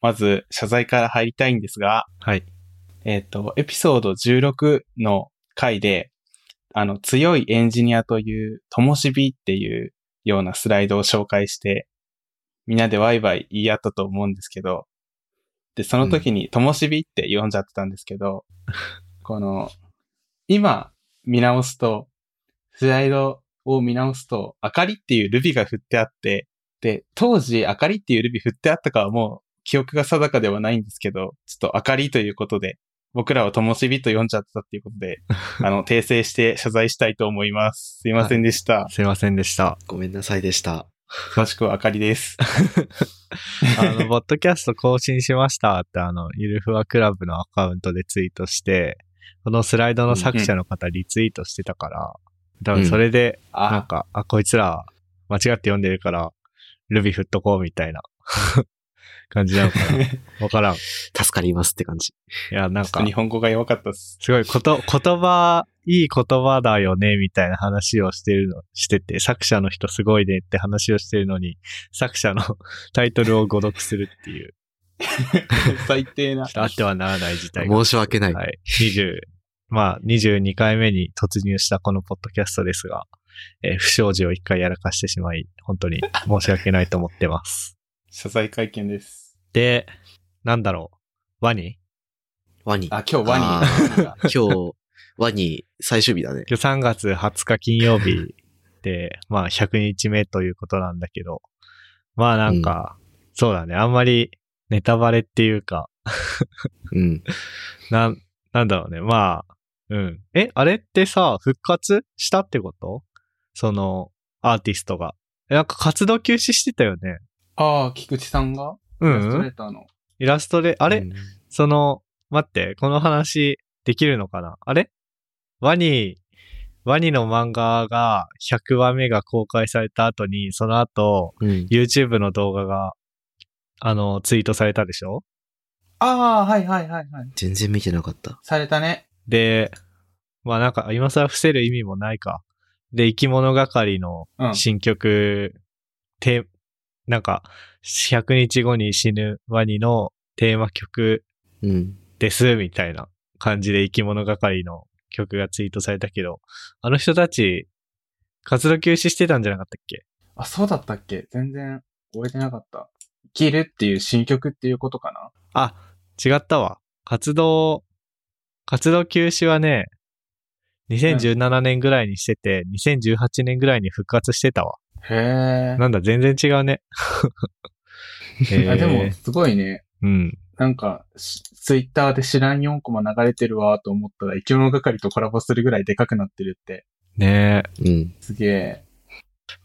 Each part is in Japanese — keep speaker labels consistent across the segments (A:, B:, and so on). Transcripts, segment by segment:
A: まず謝罪から入りたいんですが、
B: はい。
A: えっ、と、エピソード16の回で、あの、強いエンジニアという、ともしびっていうようなスライドを紹介して、みんなでワイワイ言い合ったと思うんですけど、で、その時にともしびって読んじゃってたんですけど、この、今見直すと、スライドを見直すと、明かりっていうルビが振ってあって、で、当時明かりっていうルビ振ってあったかはもう記憶が定かではないんですけど、ちょっと明かりということで、僕らを灯火と読んじゃってたっていうこと で、あの、訂正して謝罪したいと思います。すいませんでした。
B: すいませんでした。
C: ごめんなさいでした。
A: 詳しくはあかりです。
B: あ の、ボッドキャスト更新しましたって、あの、ゆるふわクラブのアカウントでツイートして、このスライドの作者の方リツイートしてたから、多分それで、
A: あ
B: なんか、あ、こいつら間違って読んでるから、ルビ振っとこうみたいな 感じなのかな。わからん。い
C: 助かりますって感じ。
B: や、なん
A: ちょっ
B: か
A: と日、本語が弱かった です。
B: すごいこと、言葉、いい言葉だよね、みたいな話をしてるの、してて、作者の人すごいねって話をしてるのに、作者の タイトルを誤読するっていう、
A: 最低な
B: ちょっ。とあってはならない事態が。
C: 申し訳ない。
B: はい。20、まあ、22回目に突入したこのポッドキャストですが、えー不祥事を一回やらかしてしまい、本当に申し訳ないと思って ます。
A: 謝罪会見です。
B: で、なんだろう。ワニ
C: ワニ。
A: あ、今日ワニ
C: あ ー今日、ワニ最終日だね。
B: 今日3月20日金曜日で、まあ100日目ということなんだけど、まあなんか、そうだね、あんまりネタバレっていうか、
C: うん。
B: なん、なんだろうね、まあ、うん。え、あれってさ、復活したってことその、アーティストが。えなんか活動休止してたよね。
A: ああ、菊池さんが
B: う
A: イラスト
B: ん、
A: レーターの。
B: イラストで、あ
C: あ
B: れ、
C: うん
B: その、待って、この話できるのかなあれワニ、ワニの漫画が100話目が公開された後に、その後、
C: うん。
B: YouTube の動画が、あの、ツイートされたでしょ
A: ああ、はいはいはいはい。
C: 全然見てなかった。
A: されたね。
B: で、まあなんか、今更伏せる意味もないか。で、生き物係の
A: うん。
B: 新曲、テーなんか、100日後に死ぬワニのテーマ曲
C: うん。
B: です、みたいな感じで生き物係の曲がツイートされたけど、あの人たち、活動休止してたんじゃなかったっけ
A: あ、そうだったっけ全然覚えてなかった。生きるっていう新曲っていうことかな
B: あ、違ったわ。活動、活動休止はね、2017年ぐらいにしてて、2018年ぐらいに復活してたわ。
A: へ
B: なんだ、全然違う ね。
A: え。あで
B: え
A: も、
B: ー
A: すごいね。
B: うん。
A: なんか、しツイッターで知らん4コマ流れてるわと思ったら、生き物係とコラボするぐらいでかくなってるって。
B: ねえ。
C: うん。
A: すげえ。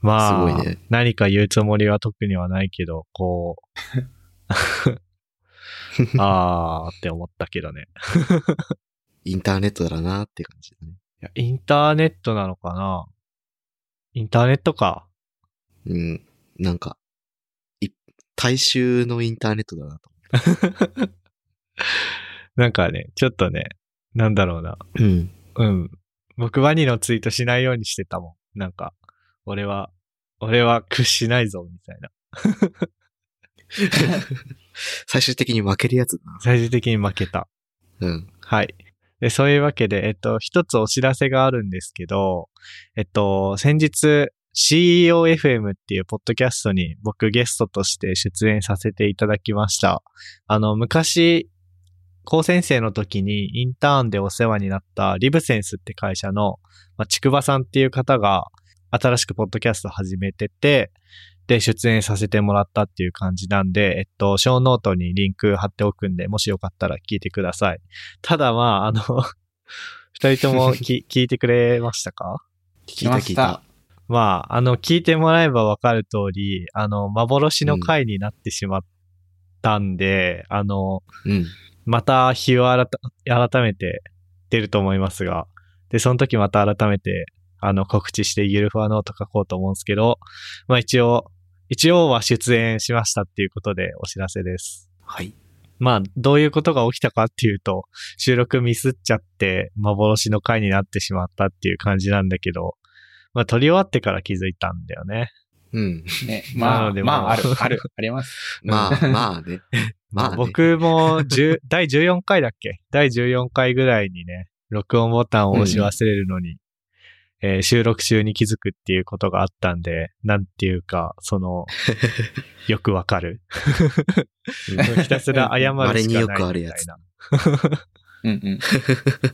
B: まあ、
C: すごいね
B: 何か言うつもりは特にはないけど、こう、あーって思ったけどね。
C: インターネットだなって感じだね。
B: いやインターネットなのかなインターネットか。
C: うん。なんか、い、大衆のインターネットだなと。
B: なんかね、ちょっとね、なんだろうな。
C: うん。
B: うん。僕ワニのツイートしないようにしてたもん。なんか、俺は、俺は屈しないぞ、みたいな。
C: 最終的に負けるやつだな。
B: 最終的に負けた。
C: うん。
B: はい。で、そういうわけで、えっと、一つお知らせがあるんですけど、えっと、先日、CEOFM っていうポッドキャストに僕ゲストとして出演させていただきました。あの、昔、高専生の時にインターンでお世話になったリブセンスって会社の、まあ、ちくばさんっていう方が新しくポッドキャスト始めてて、で、出演させてもらったっていう感じなんで、えっと、ショーノートにリンク貼っておくんで、もしよかったら聞いてください。ただまあ、あの、 二人ともき聞いてくれましたか
A: 聞きました。
B: まあ、あの、聞いてもらえばわかる通り、あの、幻の回になってしまったんで、あの、
C: うん。
B: また日を改改めて出ると思いますが、で、その時また改めて、あの、告知してゆるふわノート書こうと思うんですけど、まあ一応、一応は出演しましたっていうことでお知らせです。
C: はい。
B: まあ、どういうことが起きたかっていうと、収録ミスっちゃって、幻の回になってしまったっていう感じなんだけど、まあ、撮り終わってから気づいたんだよね。
C: うん。
A: ね、ま
B: な
A: あ、
B: ので
A: ま
B: もう
A: あ、ある、ある、あります。
C: ま あ、まあね。まあ、ね、、
B: 僕も10、第14回 だっけ第14回ぐらいにね、録音ボタンを押し忘れるのに、えー収録中に気づくっていうことがあったんで、なんていうか、そ の、よくわかる。ひたすら謝るしかないみたいな。
C: 稀によくあるやつ
A: うんうん。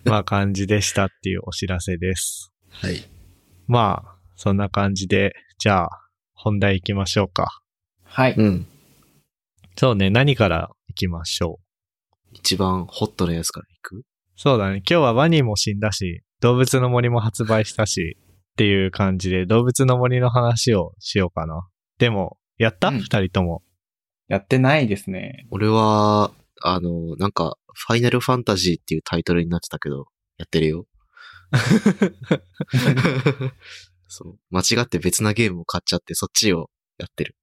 B: まあ感じでしたっていうお知らせです。
C: はい。
B: まあ、そんな感じで、じゃあ、本題行きましょうか。
A: はい。
C: うん。
B: そうね、何から行きましょう
C: 一番ホットなやつからいく
B: そうだね。今日はワニも死んだし、動物の森も発売したし、っていう感じで動物の森の話をしようかな。でも、やった
A: うん
B: 二、人とも。
A: やってないですね。
C: 俺は、あの、なんか、ファイナルファンタジーっていうタイトルになってたけど、やって るよ。そう。間違って別なゲームを買っちゃって、そっちをやってる。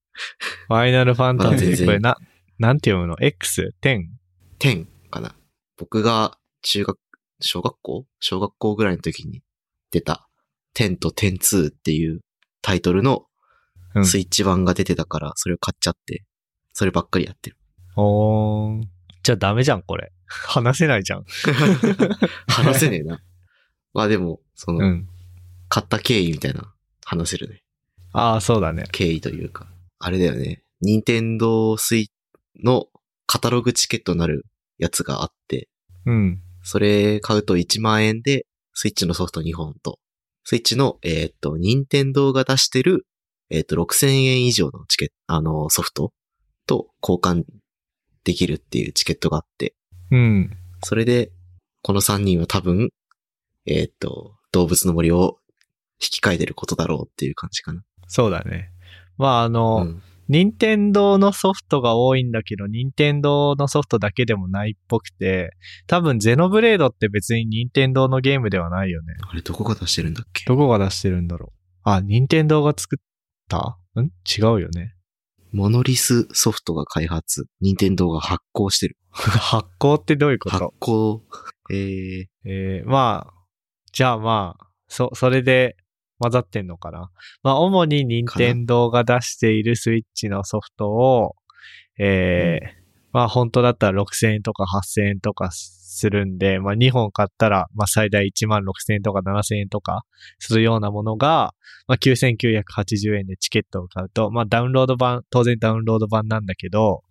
B: ファイナルファンタジ
C: まあ全
B: ー、
C: 然
B: これな、なんて読むの ?X?10?
C: 10かな。僕が中学、小学校小学校ぐらいの時に出た、10と102っていうタイトルの
B: うん
C: スイッチ版が出てたから、それを買っちゃって、そればっかりやってる。
B: おーん。じゃあダメじゃん、これ。 話せないじゃん。
C: 話せねえ な。まあでも、その、
B: うん。
C: 買った経緯みたいな、話せるね。
B: ああ、そうだね。
C: 経緯というか、あれだよね。任天堂スイのカタログチケットなるやつがあって、
B: うん。
C: それ買うと1万円で、スイッチのソフト2本と、スイッチの、えーっと、任天堂が出してる、えーっと、6000円以上のチケット、あの、ソフトと交換できるっていうチケットがあって、
B: うん。
C: それで、この3人は多分、えーっと、動物の森を引き換えてることだろうっていう感じかな。
B: そうだね。まあ、あの、
C: うん。
B: 任天堂のソフトが多いんだけど、任天堂のソフトだけでもないっぽくて、多分ゼノブレードって別に任天堂のゲームではないよね。
C: あれ、どこが出してるんだっけ
B: どこが出してるんだろう。あ、任天堂が作ったん違うよね。
C: モノリスソフトが開発、任天堂が発行してる。
B: 発行ってどういうこ
C: 発
B: と
C: 行、えー、
B: えー、まあ、じゃあまあ、そ、それで混ざってんのかな。まあ、主に任天堂が出しているスイッチのソフトを、えーまあ、本当だったら6000円とか8000円とかするんで、まあ、2本買ったら、まあ、最大1万6000円とか7000円とかするようなものが、まあ、9980円でチケットを買うと、まあ、ダウンロード版、当然ダウンロード版なんだけど、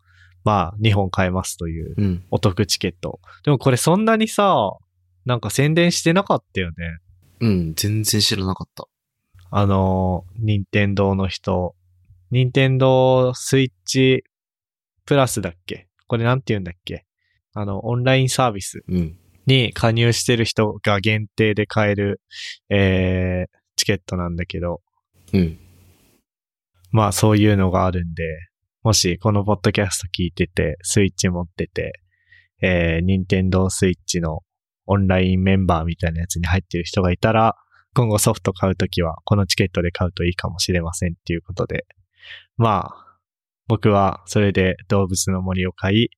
B: まあ、2本買えますという
C: うん。
B: お得チケット。でもこれそんなにさ、なんか宣伝してなかったよね。
C: うん、全然知らなかった。
B: あのー、任天堂の人。任天堂スイッチプラスだっけこれなんて言うんだっけあの、オンラインサービス
C: うん。
B: に加入してる人が限定で買える、えー、チケットなんだけど、
C: うん。
B: まあそういうのがあるんで、もしこのポッドキャスト聞いてて、スイッチ持ってて、えー、任天堂スイッチのオンラインメンバーみたいなやつに入ってる人がいたら、今後ソフト買うときはこのチケットで買うといいかもしれませんっていうことで。まあ、僕はそれで動物の森を買い、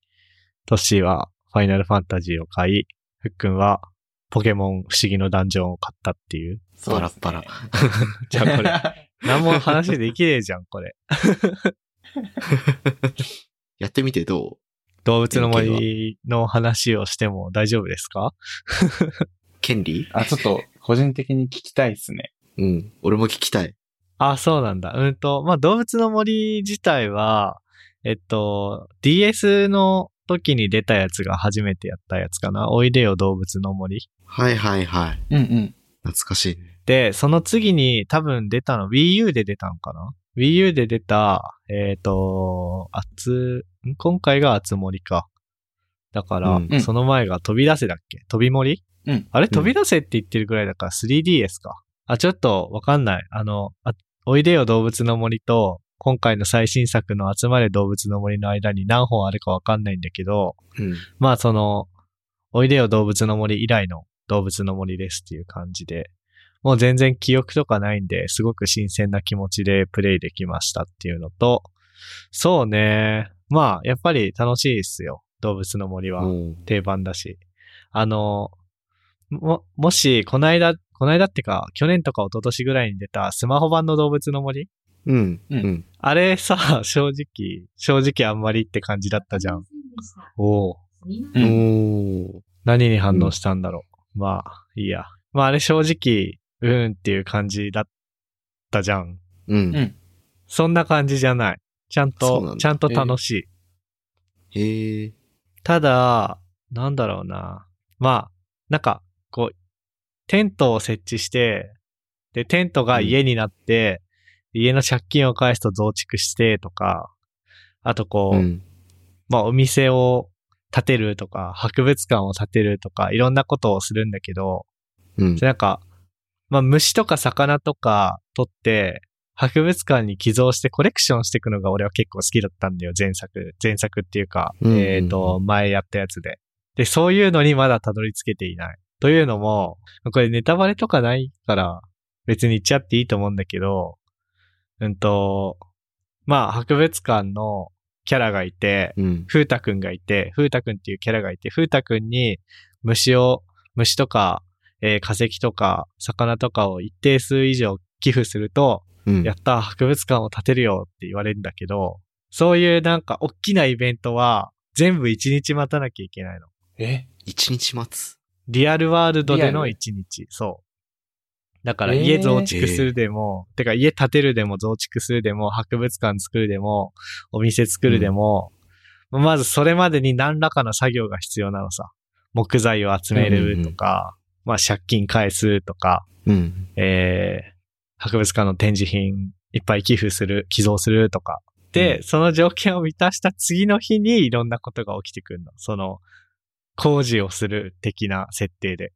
B: トッシーはファイナルファンタジーを買い、ふっくんはポケモン不思議のダンジョンを買ったっていう。
A: そうですね
C: バラバ
B: じゃあこ れ、
A: れ。
B: 何も話できねえじゃん、これ。
C: やってみてど
B: 動物の森の話をしても大丈夫ですか
C: う権利
A: あ、ちょっと、個人的に聞きたいですね。
C: うん。俺も聞きたい。
B: あ、そうなんだ。うんと、まあ、動物の森自体は、えっと、DS の時に出たやつが初めてやったやつかな。おいでよ動物の森。
C: はいはいはい。
A: うんうん。
C: 懐かしいね。
B: で、その次に多分出たの、Wii U で出たのかな ?Wii U で出た、えっ、と、あつ、ん今回があつ森か。だから、
C: うん
B: その前が飛び出せだっけ飛び森
A: うん
B: あれ飛び出せって言ってるぐらいだから 3DS か。あ、ちょっとわかんない。あの、あおいでよ動物の森と、今回の最新作の集まれ動物の森の間に何本あるかわかんないんだけど、
C: うん。
B: まあその、おいでよ動物の森以来の動物の森ですっていう感じで、もう全然記憶とかないんで、すごく新鮮な気持ちでプレイできましたっていうのと、そうね、まあやっぱり楽しいですよ、動物の森は。
C: もう
B: 定番だし。あの、も、もし、この間、この間ってか、去年とか一昨年ぐらいに出たスマホ版の動物の森
C: うん。
A: うん
C: うん。
B: あれさ、正直、正直あんまりって感じだったじゃん。。おお。
A: う
C: お
A: ん
C: ー
B: 何に反応したんだろう。まあ、いいや。まああれ正直、うーんっていう感じだったじゃん。
C: うん。
A: うん
B: そんな感じじゃない。ちゃん
C: そうなん
B: と
C: だ、
B: ちゃんと楽しい。
C: へえ。
B: ただ、なんだろうな。まあ、なんか、こう、テントを設置して、で、テントが家になって、家の借金を返すと増築してとか、あとこ
C: う
B: う、
C: ん。
B: まあお店を建てるとか、博物館を建てるとか、いろんなことをするんだけど、
C: うん
B: で。なんか、まあ虫とか魚とか取って、博物館に寄贈してコレクションしていくのが俺は結構好きだったんだよ、前作。前作っていうか、
C: うんうんうん
B: えっ、と、前やったやつで。で、そういうのにまだたどり着けていない。というのも、これネタバレとかないから、別に言っちゃっていいと思うんだけど、うんと、まあ、博物館のキャラがいて、
C: うん。
B: 風太くんがいて、風太くんっていうキャラがいて、風太くんに虫を、虫とか、えー化石とか、魚とかを一定数以上寄付すると、
C: うん
B: やったー博物館を建てるよって言われるんだけど、そういうなんか大きなイベントは全部一日待たなきゃいけないの。
A: え
C: 一日待つ。
B: リアルワールドで
A: リア
B: の
A: ル
B: 一日、そう。だから
A: えー
B: 家増築するでも、てか家建てるでも増築するでも、博物館作るでも、お店作るでも、まずそれまでに何らかの作業が必要なのさ。木材を集めるとか、まあ借金返すとか、
C: うん。
B: えー博物館の展示品いっぱい寄付する、寄贈するとか。で、その条件を満たした次の日にいろんなことが起きてくるの。その、工事をする的な設定で。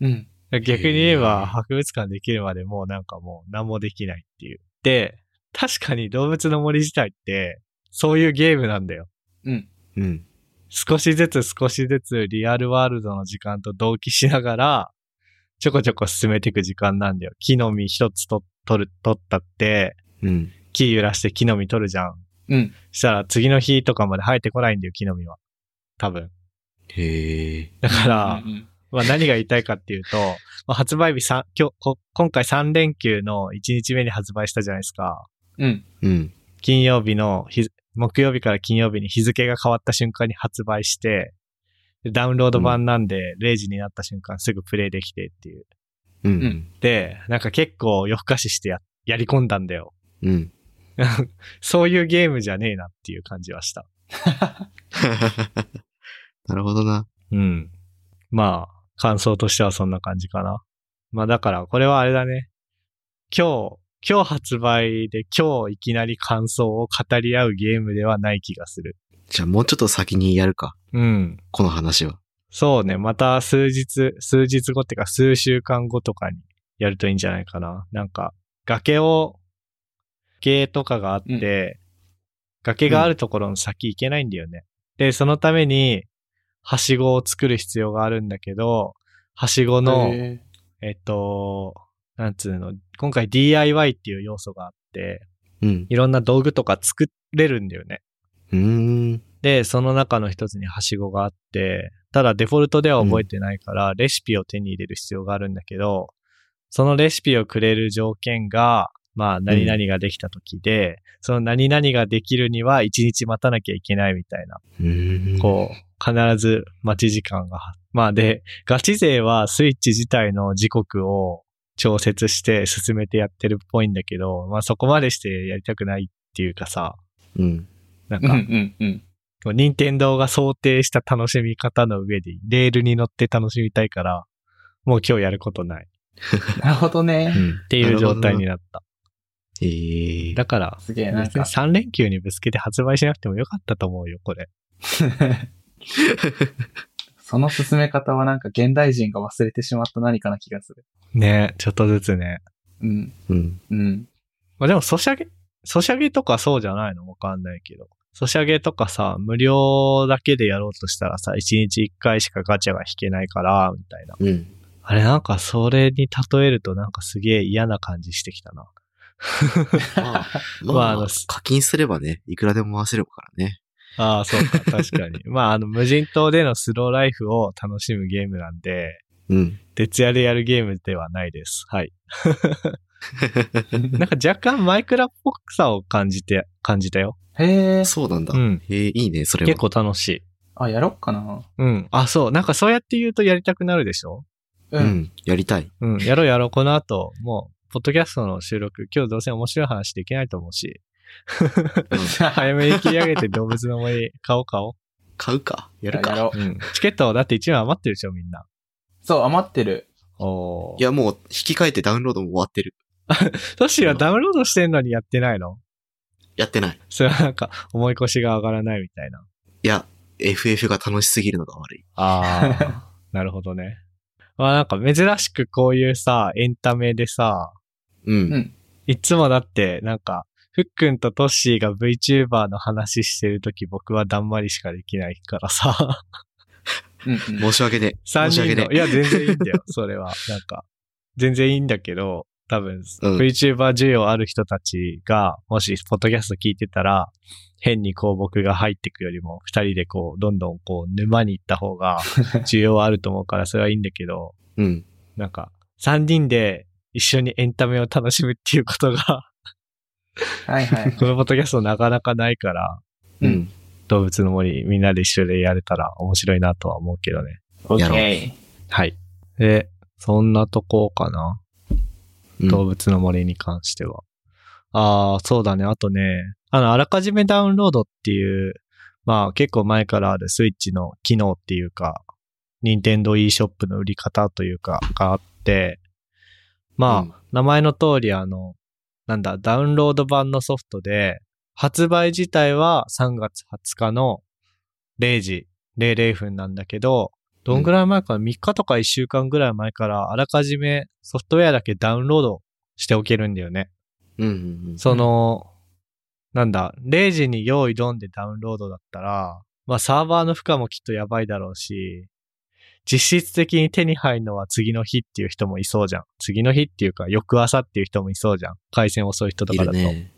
A: うん。
B: 逆に言え
C: へー
B: ば、博物館できるまでもうなんかもう何もできないっていう。で、確かに動物の森自体って、そういうゲームなんだよ。
A: うん。
C: うん。
B: 少しずつ少しずつリアルワールドの時間と同期しながら、ちょこちょこ進めていく時間なんだよ。木の実一つと取る、取ったって、
C: うん。
B: 木揺らして木の実取るじゃん。
A: うん。
B: したら次の日とかまで生えてこないんだよ、木の実は。多分。
C: へえ。
B: だから、
A: うん
B: まあ何が言いたいかっていうと、まあ、発売日三今日こ、今回3連休の1日目に発売したじゃないですか。
A: うん。
C: うん。
B: 金曜日の日、木曜日から金曜日に日付が変わった瞬間に発売して、でダウンロード版なんで0時になった瞬間すぐプレイできてっていう。
C: う
A: うんん。
B: で、なんか結構夜更かししてや、やり込んだんだよ。
C: うん。
B: そういうゲームじゃねえなっていう感じはした。
C: なるほどな。
B: うん。まあ、感想としてはそんな感じかな。まあだから、これはあれだね。今日、今日発売で今日いきなり感想を語り合うゲームではない気がする。
C: じゃあもうちょっと先にやるか。
B: うん。
C: この話は。
B: そうね。また数日、数日後っていうか数週間後とかにやるといいんじゃないかな。なんか、崖を、崖とかがあって、崖があるところの先行けないんだよね。で、そのために、はしごを作る必要があるんだけど、はしごの、
A: へ
B: えっと、なんつうの、今回 DIY っていう要素があって、
C: うん。
B: いろんな道具とか作れるんだよね。
C: うーん。
B: で、その中の一つにはしごがあって、ただデフォルトでは覚えてないから、レシピを手に入れる必要があるんだけど、そのレシピをくれる条件が、まあ、何々ができた時で、その何々ができるには一日待たなきゃいけないみたいな、
C: うーん。
B: こう、必ず待ち時間が。まあで、ガチ勢はスイッチ自体の時刻を調節して進めてやってるっぽいんだけど、まあそこまでしてやりたくないっていうかさ、
C: うん。
B: なん
A: うんう
B: か、
A: んうん。
B: こう任天堂が想定した楽しみ方の上で、レールに乗って楽しみたいから、もう今日やることない
A: なるほどね。
B: っていう状態に
C: な
B: な
C: る
B: った。
C: ほどな。へえ。
B: だから、
A: すげえ、なん
B: 別に
A: か。
B: 3連休にぶつけて発売しなくてもよかったと思うよ、これ。
A: その進め方はなんか現代人が忘れてしまった何かな気がする。
B: ねちょっとずつね。
A: うん。
C: うん。
A: うん。
B: まあでも、ソシャゲ、ソシャゲとかそうじゃないのわかんないけど。ソシャゲとかさ、無料だけでやろうとしたらさ、1日1回しかガチャが引けないから、みたいな。
C: うん。
B: あれなんかそれに例えるとなんかすげえ嫌な感じしてきたな。
C: まあ、
B: まあ
C: ま
B: あ
C: あ
B: の、
C: 課金すればね、いくらでも回せるからね。
B: ああ、そうか、確かに。 まあ、あの、無人島でのスローライフを楽しむゲームなんで、
C: うん。
B: 徹夜でやるゲームではないです。はい。なんか若干マイクラっぽさを感じて、感じたよ。
A: へえ。
C: そうなんだ。
B: うん
C: へえ、いいね、それは。
B: 結構楽しい。
A: あ、やろっかな。
B: うん。あ、そう。なんかそうやって言うとやりたくなるでしょ
A: う。
C: うん ん、やりたい。
B: うん。やろうやろう。この後、もう、ポッドキャストの収録、今日どうせ面白い話できないと思うし、早めに切り上げて動物の森買おう買おう。
C: 買うか。やる
A: や
C: か。
A: ろう。
B: うん。チケットだって1枚余ってるでしょ、みんな。
A: そう、余ってる。
B: お
C: いや、もう、引き換えてダウンロードも終わってる。
B: トシはダウンロードしてんのにやってないの
C: やってない。
B: それはなんか、思い越しが上がらないみたいな。
C: いや、FF が楽しすぎるのが悪い。
B: ああ。 なるほどね。まあなんか珍しくこういうさ、エンタメでさ、
C: う
A: うん
C: ん。
B: いつもだってなんか、ふっくんとトッシーが VTuber の話してるとき僕はだんまりしかできないからさ、
A: うん、うん。
C: 申し訳ねえ。
B: 3
C: 申し訳
B: 人
C: ね
B: の、い
C: え。
B: や全然いいんだよ、 それは。なんか、全然いいんだけど、多分、
C: うん
B: VTuber 需要ある人たちが、もし、ポッドキャスト聞いてたら、変にこう僕が入っていくよりも、二人でこう、どんどんこう、沼に行った方 が、需要はあると思うから、それはいいんだけど、
C: うん。
B: なんか、三人で一緒にエンタメを楽しむっていうことが、
A: はいはい。
B: このポッドキャストなかなかないから、
A: う
C: うんん。
B: 動物の森みんなで一緒でやれたら面白いなとは思うけどね。
A: オ
C: や
A: ッ
C: ろう
A: ケ
B: はい。で、そんなとこかな。
C: うん
B: 動物の森に関しては。ああ、そうだね。あとね、あの、あらかじめダウンロードっていう、まあ結構前からあるスイッチの機能っていうか、任天堂 e ショップの売り方というか、があって、まあ、
C: うん
B: 名前の通りあの、なんだ、ダウンロード版のソフトで、発売自体は3月20日の0時00分なんだけど、どんぐらい前から、3日とか1週間ぐらい前から、あらかじめソフトウェアだけダウンロードしておけるんだよね。
C: うんうん
B: その、なんだ、0時に用意ドンでダウンロードだったら、まあサーバーの負荷もきっとやばいだろうし、実質的に手に入るのは次の日っていう人もいそうじゃん。次の日っていうか、翌朝っていう人もいそうじゃん。回線遅い人
C: う
B: と
C: ん。い
B: か
C: る
B: だと。
C: ね。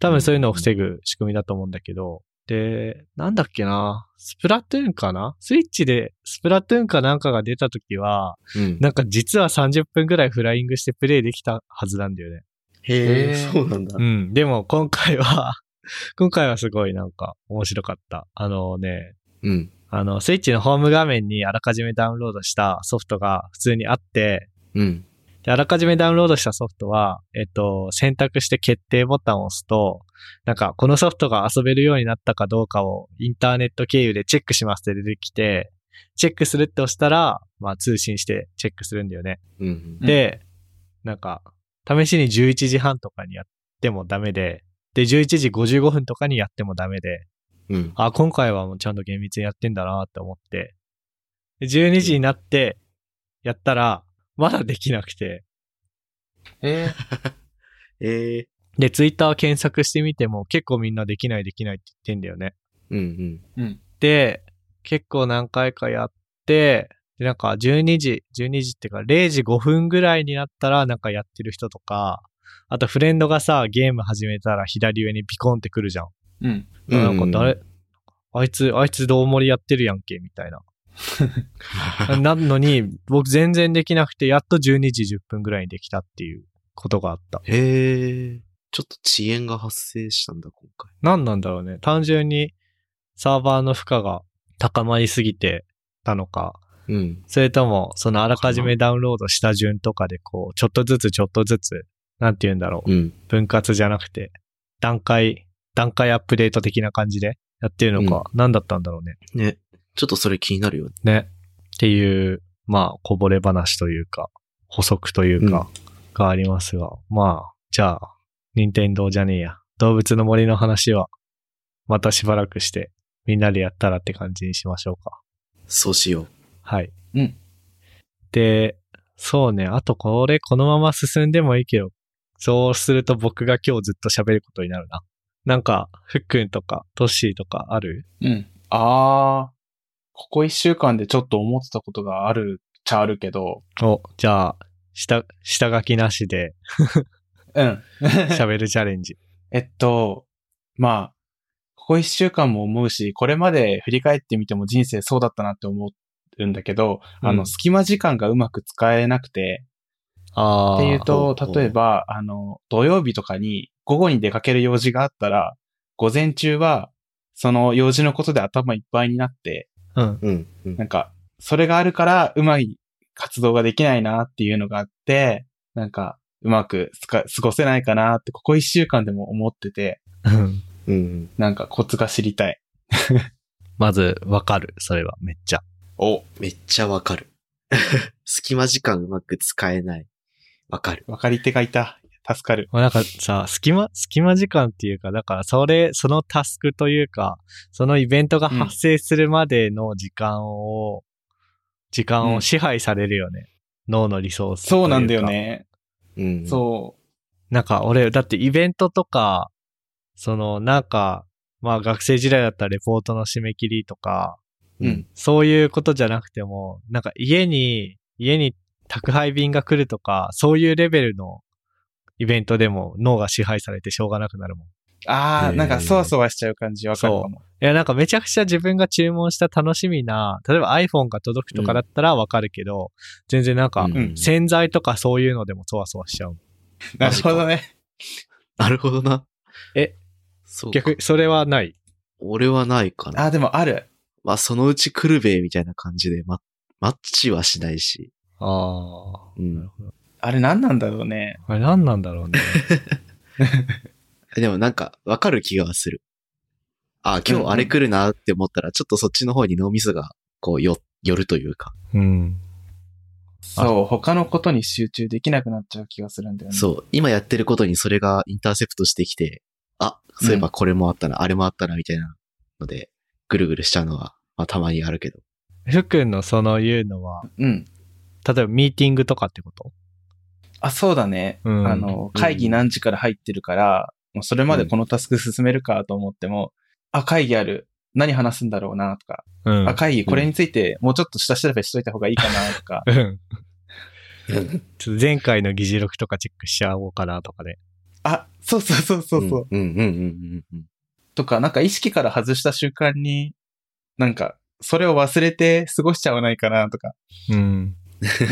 B: 多分そういうのを防ぐ仕組みだと思うんだけど、で、なんだっけな、スプラトゥーンかなスイッチでスプラトゥーンかなんかが出た時は、
C: うん。
B: なんか実は30分ぐらいフライングしてプレイできたはずなんだよね。
C: へ
A: へ
C: え
A: ー、
C: そうなんだ
B: う。ん。でも今回は、 今回はすごいなんか面白かった。あのね、
C: うん。
B: あの、スイッチのホーム画面にあらかじめダウンロードしたソフトが普通にあって、
C: うん。
B: で、あらかじめダウンロードしたソフトは、えっと、選択して決定ボタンを押すと、なんか、このソフトが遊べるようになったかどうかをインターネット経由でチェックしますって出てきて、チェックするって押したら、まあ、通信してチェックするんだよね。
C: うん。
B: で、なんか、試しに11時半とかにやってもダメで、で、11時55分とかにやってもダメで、
C: うん。
B: あ、今回はもうちゃんと厳密にやってんだなって思って。で12時になって、やったら、まだできなくて、
A: ー。え
C: へえ。
B: で、ツイッター検索してみても結構みんなできないできないって言ってんだよね。
C: うんうん。
A: ー。うん。
B: で、結構何回かやって、で、なんか12時、12時っていうか0時5分ぐらいになったらなんかやってる人とか、あとフレンドがさ、ゲーム始めたら左上にピコンってくるじゃん。
A: うん。
B: なんか誰、あいつ、あいつどうもりやってるやんけ、みたいな。なのに、僕全然できなくて、やっと12時10分ぐらいにできたっていうことがあった。
C: へえ。ちょっと遅延が発生したんだ、今回。
B: 何なんだろうね。単純にサーバーの負荷が高まりすぎてたのか、
C: うん。
B: それとも、そのあらかじめダウンロードした順とかで、こう、ちょっとずつちょっとずつ、なんて言うんだろう。
C: うん。
B: 分割じゃなくて、段階、段階アップデート的な感じでやってるのか、何だったんだろうね。
C: ね。ちょっとそれ気になるよね。
B: ね。っていう、まあ、こぼれ話というか、補足というか、がありますが、まあ、じゃあ、任天堂じゃねえや。動物の森の話は、またしばらくして、みんなでやったらって感じにしましょうか。
C: そうしよう。
B: はい。
A: うん
B: で、そうね、あとこれこのまま進んでもいいけど、そうすると僕が今日ずっと喋ることになるな。なんか、ふっくんとか、トッシーとかある
A: うん。あー。ここ一週間でちょっと思ってたことがあるっちゃあるけど。
B: お、じゃあ、下、下書きなし で
A: うん。
B: 喋るチャレンジ。
A: えっと、まあ、ここ一週間も思うし、これまで振り返ってみても人生そうだったなって思うんだけど、あ
B: う
A: の、
B: ん
A: 隙間時間がうまく使えなくて、
B: ああ。
A: っていうと
C: ほうほ、う
A: 例えば、あの、土曜日とかに午後に出かける用事があったら、午前中は、その用事のことで頭いっぱいになって、
B: うん。
C: うん。うん
A: なんか、それがあるから、うまい活動ができないなっていうのがあって、なんか、うまくつか過ごせないかなって、ここ一週間でも思ってて、
B: うん。
C: うん。
A: なんかコツが知りたい。
B: まず、わかる。それは、めっちゃ。
A: お
C: めっちゃわ かる。隙間時間うまく使えない。わかる。
A: わかり手がいた。助かる。
B: もうなんかさ、隙間、隙間時間っていうか、だからそれ、そのタスクというか、そのイベントが発生するまでの時間を、時間を支配されるよね。脳のリソースというか
A: そうなんだよ。ね。
C: うん。
A: そ
B: なんか俺、だってイベントとか、そのなんか、まあ学生時代だったらレポートの締め切りとか、
A: う。うん。
B: そういうことじゃなくても、なんか家に、家に宅配便が来るとか、そういうレベルのイベントでも脳が支配されてしょうがなくなるもん。
A: あ
C: へ
A: ー、
C: ー
A: なんかそわそわしちゃう感じわかるかも。
B: いや、なんかめちゃくちゃ自分が注文した楽しみな、例えば iPhone が届くとかだったらわかるけど、全然なんか、
C: うん
B: 洗剤とかそういうのでもそわそわしちゃう。
A: なるほどね。
C: なるほどな。
B: え、
C: そうか。
B: 逆、それはない。
C: 俺はないかな。
A: あー、でもある。
C: まあ、そのうち来るべ、みたいな感じで、ま、マッチはしないし。
B: ああ。
C: うん。
A: あれ何なんだろうね。
B: あれ何なんだろうね。
C: でもなんか、わかる気がする。あ、今日あれ来るなって思ったら、ちょっとそっちの方に脳みそが、こう、よ、寄るというか。
B: うん。
A: そう、他のことに集中できなくなっちゃう気がするんだよね。
C: そう。今やってることにそれがインターセプトしてきて、あ、そういえばこれもあったな、あれもあったな、みたいなので、ぐるぐるしちゃうのは、まあ、たまにあるけど。
B: ふっくんのその言うのは、
A: うん。
B: 例えばミーティングとかってこと
A: あ、そうだね。
B: うん
A: あの、会議何時から入ってるから、もうそれまでこのタスク進めるかと思っても、あ、会議ある。何話すんだろうなとか、
B: うん、
A: あ、会議これについてもうちょっと下調べしといた方がいいかなとか
B: うん。ちょっと前回の議事録とかチェックしちゃおうかなとかね。
A: あ、そうそうそうそうそう、
C: うん。うんうんうんうん
A: とか、なんか意識から外した瞬間に、なんか、それを忘れて過ごしちゃわないかなとか、
B: うん。。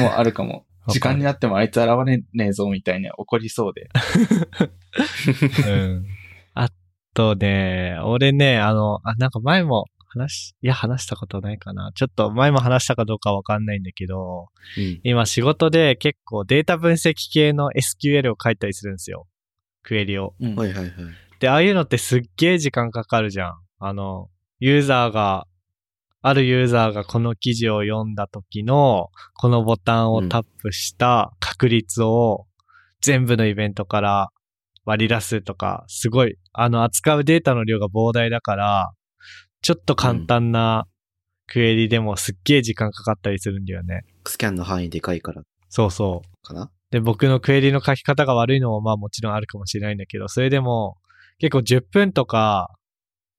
A: もうあるかも
B: わかる
A: 時間になってもあいつ現れねえぞみたいな怒りそうで。
B: うんあとね、俺ね、あの、あ、なんか前も話し、いや、話したことないかな。ちょっと前も話したかどうかわかんないんだけど、
C: うん。
B: 今仕事で結構データ分析系の SQL を書いたりするんですよ。クエリを。
A: うん
C: うん。はいはいはい。
B: で、ああいうのってすっげえ時間かかるじゃん。あの、ユーザーが、あるユーザーがこの記事を読んだ時の、このボタンをタップした確率を全部のイベントから割り出すとか、すごい、あの、扱うデータの量が膨大だから、ちょっと簡単なクエリでもすっげえ時間かかったりするんだよね。
C: スキャンの範囲でかいから、
B: そうそう。
C: かな
B: で、僕のクエリの書き方が悪いのもまあもちろんあるかもしれないんだけど、それでも結構10分とか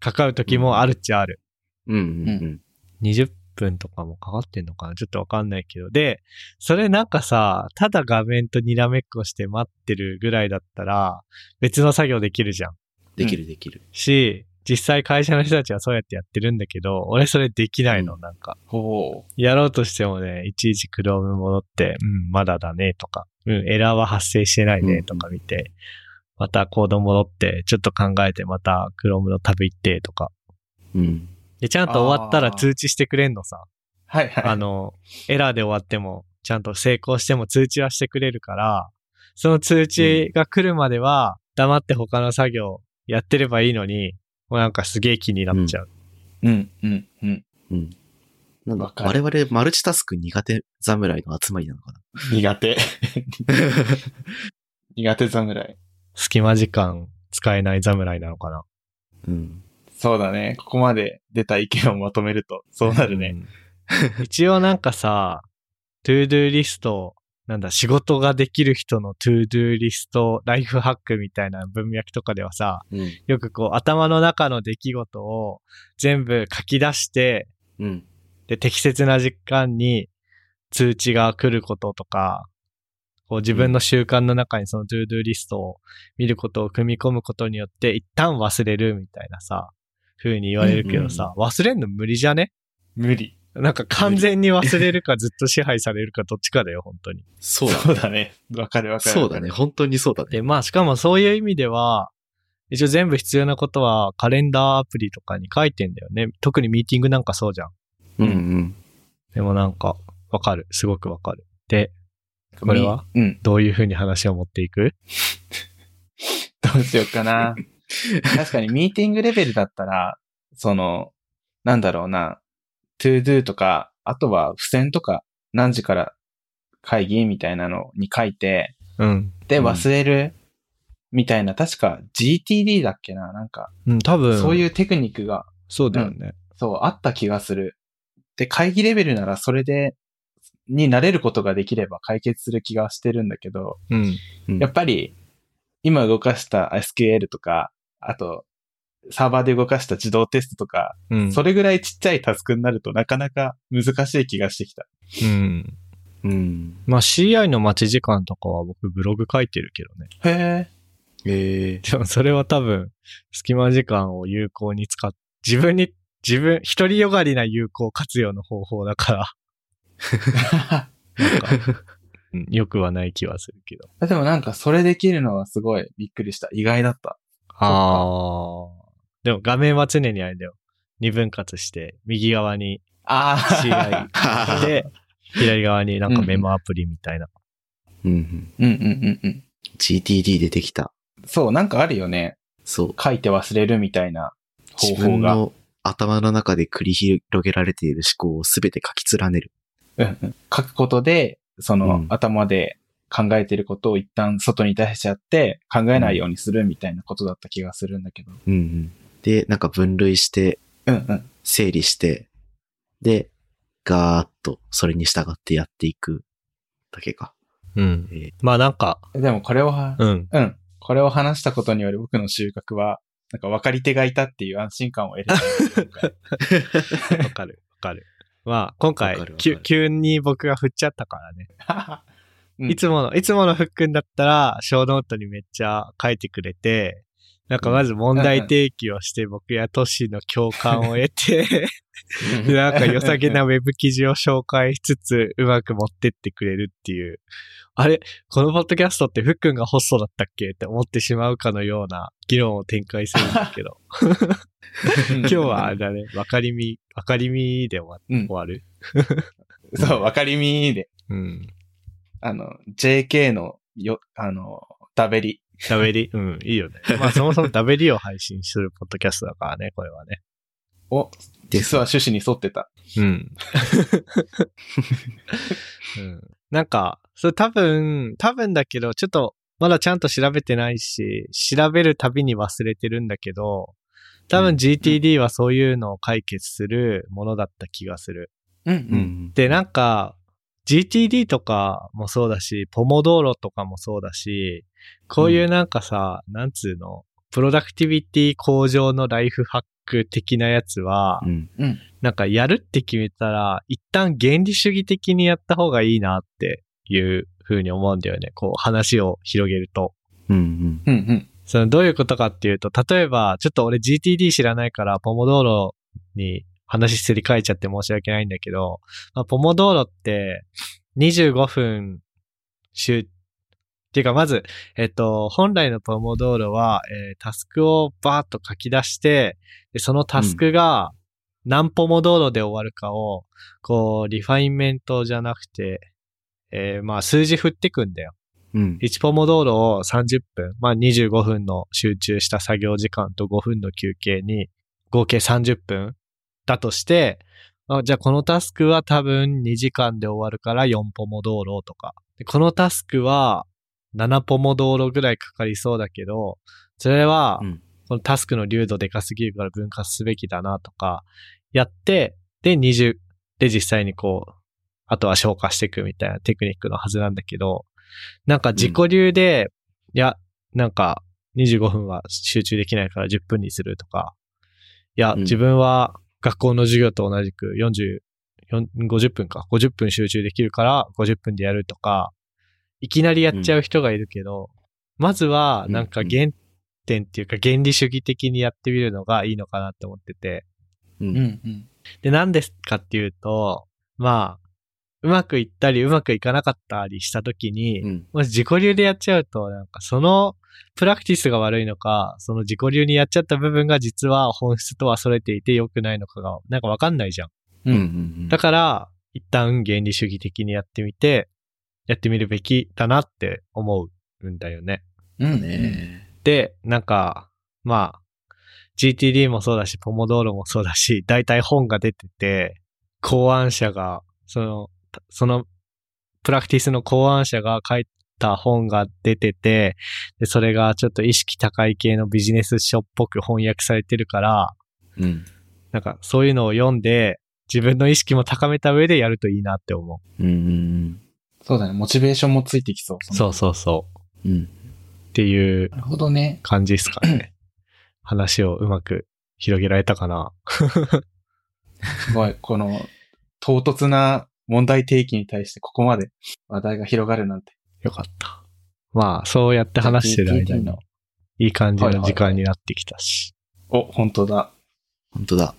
B: かかる時もあるっちゃある。
C: うんうんう。
A: うん
B: 20分とかもかかってんのかなちょっとわかんないけど。で、それなんかさ、ただ画面とにらめっこして待ってるぐらいだったら、別の作業できるじゃん。
C: できるできる。
B: し、実際会社の人たちはそうやってやってるんだけど、俺それできないの、
C: うん
B: なんか。
A: ほ
B: やろうとしてもね、いちいち Chrome 戻って、うん、まだだねとか、うん、エラーは発生してないねとか見て、またコード戻って、ちょっと考えて、また Chrome のタブ行ってとか。
C: うん。
B: で、ちゃんと終わったら
A: あー
B: 通知してくれんのさ。
A: う。はいはい。
B: あの、エラーで終わっても、ちゃんと成功しても通知はしてくれるから、その通知が来るまでは、黙って他の作業やってればいいのに、もうなんかすげえ気になっちゃう。
A: うん、うん、うん。
C: うん。なんだ
A: わ、か
C: 我
A: る
C: 々マルチタスク苦手侍の集まりなのかな
A: 苦手。 苦手侍。
B: 隙間時間使えない侍なのかな。
C: うん。
A: そうだね。ここまで出た意見をまとめると、そうなるね。
B: うん。 一応なんかさ、トゥードゥーリスト、なんだ、仕事ができる人のトゥードゥーリスト、ライフハックみたいな文脈とかではさ、
C: うん。
B: よくこう頭の中の出来事を全部書き出して、
C: うん。
B: で、適切な時間に通知が来ることとか、こう自分の習慣の中にそのトゥードゥーリストを見ることを組み込むことによって一旦忘れるみたいなさ、風に言われるけどさ、忘れんの無理じゃね
A: 無理。
B: なんか完全に忘れるかずっと支配されるかどっちかだよ、本当に。
C: そうだね。
A: そうだね。わかるわかる。
C: そうだね。。本当にそうだね。
B: で、まあしかもそういう意味では、一応全部必要なことはカレンダーアプリとかに書いてんだよね。特にミーティングなんかそうじゃん。
C: うんうん。
B: でもなんか、わかる。すごくわかる。で、これは
A: みうん。
B: どういうふうに話を持っていく
A: どうしようか な。確かにミーティングレベルだったら、その、なんだろうな、トゥードゥとか、あとは付箋とか、何時から会議みたいなのに書いて、
B: うん。
A: で、
C: うん
A: 忘れる、みたいな、確か GTD だっけな、なんか、
B: うん、多分。
A: そう
B: う。
A: いうテクニックが、
B: そうだよね。
A: そう、あった気がする。で、会議レベルならそれで、に慣れることができれば解決する気がしてるんだけど、
B: うん。
A: やっぱり、今動かした SQL とか、あと、サーバーで動かした自動テストとか、
B: うん。
A: それぐらいちっちゃいタスクになるとなかなか難しい気がしてきた。
B: うん。
C: うん。
B: まあ CI の待ち時間とかは僕ブログ書いてるけどね。
A: へえ。
C: え
B: でもそれは多分、隙間時間を有効に使っ、自分に、自分、独りよがりな有効活用の方法だから、なんか、うん、よくはない気はするけど。
A: でもなんかそれできるのはすごいびっくりした。意外だった。
B: ああ。でも画面は常にあれだよ。二分割して、右側に
A: あ
B: CI で、左側になんかメモアプリみたいな。
C: うんうん。
A: うんうんうんうん。
C: GTD 出てきた。
A: そう、なんかあるよね。
C: そう。
A: 書いて忘れるみたいな方
C: 自
A: 法
C: 分
A: が。
C: の頭の中で繰り広げられている思考をすべて書き連ねる。
A: うんうん書くことで、その、
C: うん
A: 頭で考えてることを一旦外に出しちゃって考えないようにするみたいなことだった気がするんだけど。
C: うんうん。で、なんか分類して、
A: うんうん。
C: 整理して、で、ガーッとそれに従ってやっていくだけか。
B: うん。
C: えー
B: まあなんか、
A: でもこれをは、
B: うん。
A: うん。これを話したことにより僕の収穫は、なんか分かり手がいたっていう安心感を得れた。
B: わかる、わかる。まあ、今回
C: わかるわ、かる
B: 急急に僕が振っちゃったからね。
A: うん
B: いつもの、いつものふっくんだったら、小ノートにめっちゃ書いてくれて、なんかまず問題提起をして、僕やトシの共感を 得て、で なんか良さげなウェブ記事を紹介しつつ、うまく持ってってくれるっていう。あれこのポッドキャストってふっくんがホストだったっけって思ってしまうかのような議論を展開するんだけ ど。
A: 今
B: 今日はあれだね、わかりみ、わかりみで終わ
A: うん
B: 終わる。
A: そう、分かりみで、
B: うん。
A: あの、JK のよ、あの、ダベリ。
B: ダベリ、うん、いいよね。まあそもそもダベリを配信するポッドキャストだからね、これはね。
A: を、実は趣旨に沿ってた。
B: うん。 なんか、それ多分、多分だけど、ちょっと、まだちゃんと調べてないし、調べるたびに忘れてるんだけど、多
C: う
B: 分
C: ん
B: GTD はそういうのを解決するものだった気がする。
A: うん
C: う。ん。
B: で、なんか、GTD とかもそうだし、ポモドーロとかもそうだし、こういうなんかさ、なんつうの、プロダクティビティ向上のライフハック的なやつは、
C: うん。
A: うん。
B: なんかやるって決めたら、一旦原理主義的にやった方がいいなっていう風に思うんだよね。こう話を広げると。
C: うんうん。
A: うん。うん。
B: そのどういうことかっていうと、例えば、ちょっと俺 GTD 知らないから、ポモドーロに話すり替えちゃって申し訳ないんだけど、まあ、ポモドーロって25分集、っていうかまず、えっと、本来のポモドーロは、えータスクをバーッと書き出して、でそのタスクが何ポモドーロで終わるかを、こう、リファインメントじゃなくて、えーまあ数字振ってくんだよ。
C: うん。
B: 1ポモドーロを30分、まあ25分の集中した作業時間と5分の休憩に合計30分だとして、あじゃあこのタスクは多分2時間で終わるから4ポモドーロとか。でこのタスクは7ポモドーロぐらいかかりそうだけど、それは
C: うん
B: このタスクの流度でかすぎるから分割すべきだなとか、やって、で20、で実際にこう、あとは消化していくみたいなテクニックのはずなんだけど、なんか自己流で、いや、なんか25分は集中できないから10分にするとか、いや、
C: うん
B: 自分は学校の授業と同じく40、4 50分か、50分集中できるから50分でやるとか、いきなりやっちゃう人がいるけど、まずはなんか
C: うん
B: 原点っていうか原理主義的にやってみるのがいいのかなって思ってて、
C: う。
A: うんん。うん。
B: で、なんですかっていうと、まあ、うまくいったり、うまくいかなかったりしたときに、
C: うん。
B: もし自己流でやっちゃうと、なんかそのプラクティスが悪いのか、その自己流にやっちゃった部分が実は本質とはそれていて良くないのかが、なんかわかんないじゃん。
A: う
C: うん
A: ん。
C: うん。
B: だ
C: か
B: から、一旦原理主義的にやってみて、やってみるべきだなって思うんだよね。
A: うん。
C: ね
B: で、なんか、まあ、GTD もそうだし、ポモドーロもそうだし、大体本が出てて、考案者が、その、たその、プラクティスの考案者が書いた本が出てて、で、それがちょっと意識高い系のビジネス書っぽく翻訳されてるから、
C: うん。
B: なんかそういうのを読んで、自分の意識も高めた上でやるといいなって思。
C: うんうん
A: そうだね。モチベーションもついてきそうう。。
B: そううそうそ
C: うん。うん。
B: う。っていう
A: なるほどね。
B: 感じですか ね。話をうまく広げられたかな。
A: すごい、この、唐突な問題提起に対してここまで話題が広がるなんて。
B: よかった。まあ、そうやって話してる間
A: GTD
B: に
A: の、
B: いい感じの時
A: はいはいは
B: 間
A: い
B: になってきたし。
A: お、本当だ。
C: 本当だ。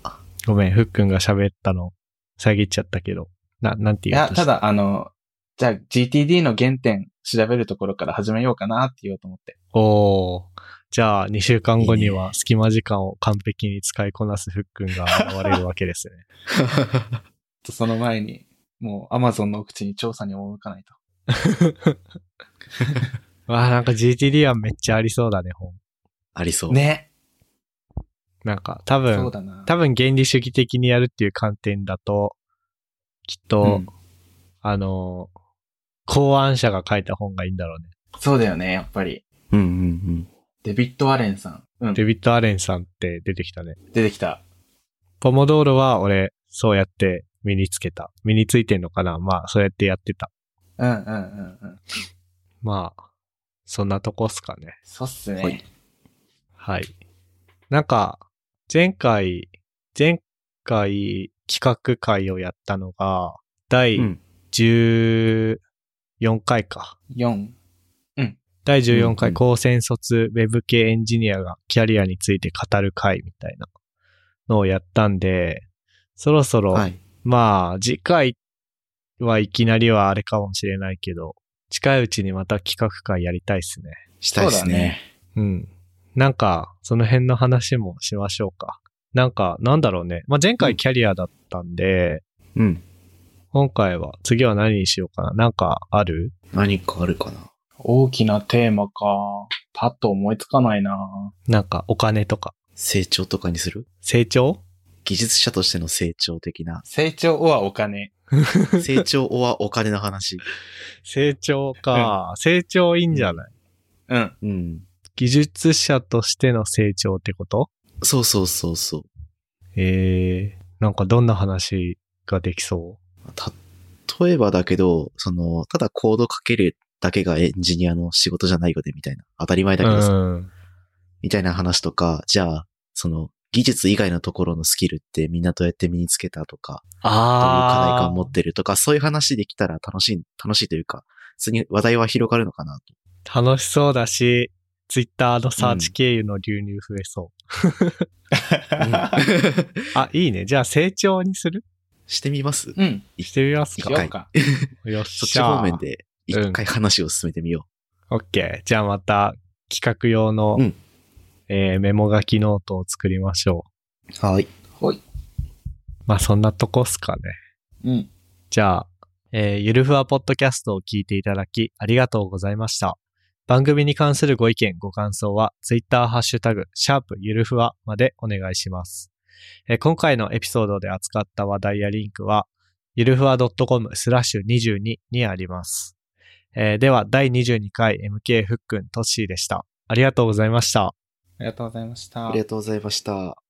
B: ごめん、ふっくんが喋ったの、遮っちゃったけど。な、なんて
A: い
B: 言おう
A: や、
B: とした
A: だ、あの、じゃあ GTD の原点調べるところから始めようかなって言おうと思って。
B: おー。じゃあ、2週間後に
C: いい
B: は
C: ね
B: 隙間時間を完璧に使いこなすふっくんが現れるわ けですね。
A: その前に、もう Amazon の口に調査に赴かないと。
B: わあ、なんか GTD はめっちゃありそうだね、本。
C: ありそう。。
A: ね。
B: なんか、多
A: そう
B: 分、
A: だな。
B: 多分原理主義的にやるっていう観点だと、きっと、
A: うん
B: あの、考案者が書いた本がいいんだろうね。
A: そうだよね、やっぱり。
C: うんうん
A: デビッド・アレンさん。うん。
B: デビッド・アレンさんって出てきたね。
A: 出てきた。
B: ポモドーロは俺、そうやって身につけた。身についてんのかなまあ、そうやってやってた。
A: うんうんうんうん。
B: まあ、そんなとこっすかね。
A: そうっすね。
C: はい
B: はい。なんか、前回、前回企画会をやったのが、
C: う
B: 第
C: ん。うん。
B: 14回か。
A: 4。
B: 第14
C: うんう
B: 回
C: ん
B: 高専卒ウェブ系エンジニアがキャリアについて語る会みたいなのをやったんで、そろそろ、
C: はい。
B: まあ、次回はいきなりはあれかもしれないけど、近いうちにまた企画会やりたいっすね。
C: したいで
A: そう
C: す
A: だ
C: ね
A: ね。
B: うん。なんか、その辺の話もしましょうか。なんか、なんだろうね。まあ、前
C: う
B: 回
C: ん
B: キャリアだったんで、
C: うん。
B: 今回は、次は何にしようかな。なんかある
C: 何かあるかな。
A: 大きなテーマか。パッと思いつかないな。
B: なんか、お金とか。
C: 成長とかにする
B: 成長
C: 技術者としての成長的な
A: 成長はお金。
C: 成長はお金の話。
B: 成長か。成長いいんじゃない、
A: うん。
C: うん。
B: 技術者としての成長ってこと
C: そうそうそうそう。
B: ええー、なんかどんな話ができそ
C: 例えばだけど、その、ただコードかけるだけがエンジニアの仕事じゃないよね、みたいな。当たり前
B: う
C: だけどさ、
B: うん。
C: みたいな話とか、じゃあ、その、技術以外のところのスキルってみんなどうやって身につけたとか、どういう課題
B: あ
C: 感持ってるとか、そういう話できたら楽しい、楽しいというか、普通に話題は広がるのかなと。
B: あ、楽しそうだし、ツイッターのサーチ経由の流入増えそう。あ、いいね。じゃあ、成長にする
C: してみます
A: うん。
B: してみます
A: し
B: か
A: ようか。
B: よっ
C: そっ
B: し
C: ち
B: ゃ。
C: 方面で一回話を進めてみよ
B: オッケー。じゃあまた企画用の、
C: うん
B: えーメモ書きノートを作りましょ
C: う。はい。
A: ほい。
B: う。まあそんなとこっすかね。
A: うん。
B: じゃあ、えーゆるふわポッドキャストを聞いていただきありがとうございました。番組に関するご意見、ご感想は、ツイッターハッシュタグ、シャープゆるふわまでお願いします。えー今回のエピソードで扱った話題やリンクは、ゆるふわ .com スラッシュ22にあります。えーでは、第22回 MK ふっくんとっしーでした。ありがとうございました。
A: ありがとうございました。
C: ありがとうございました。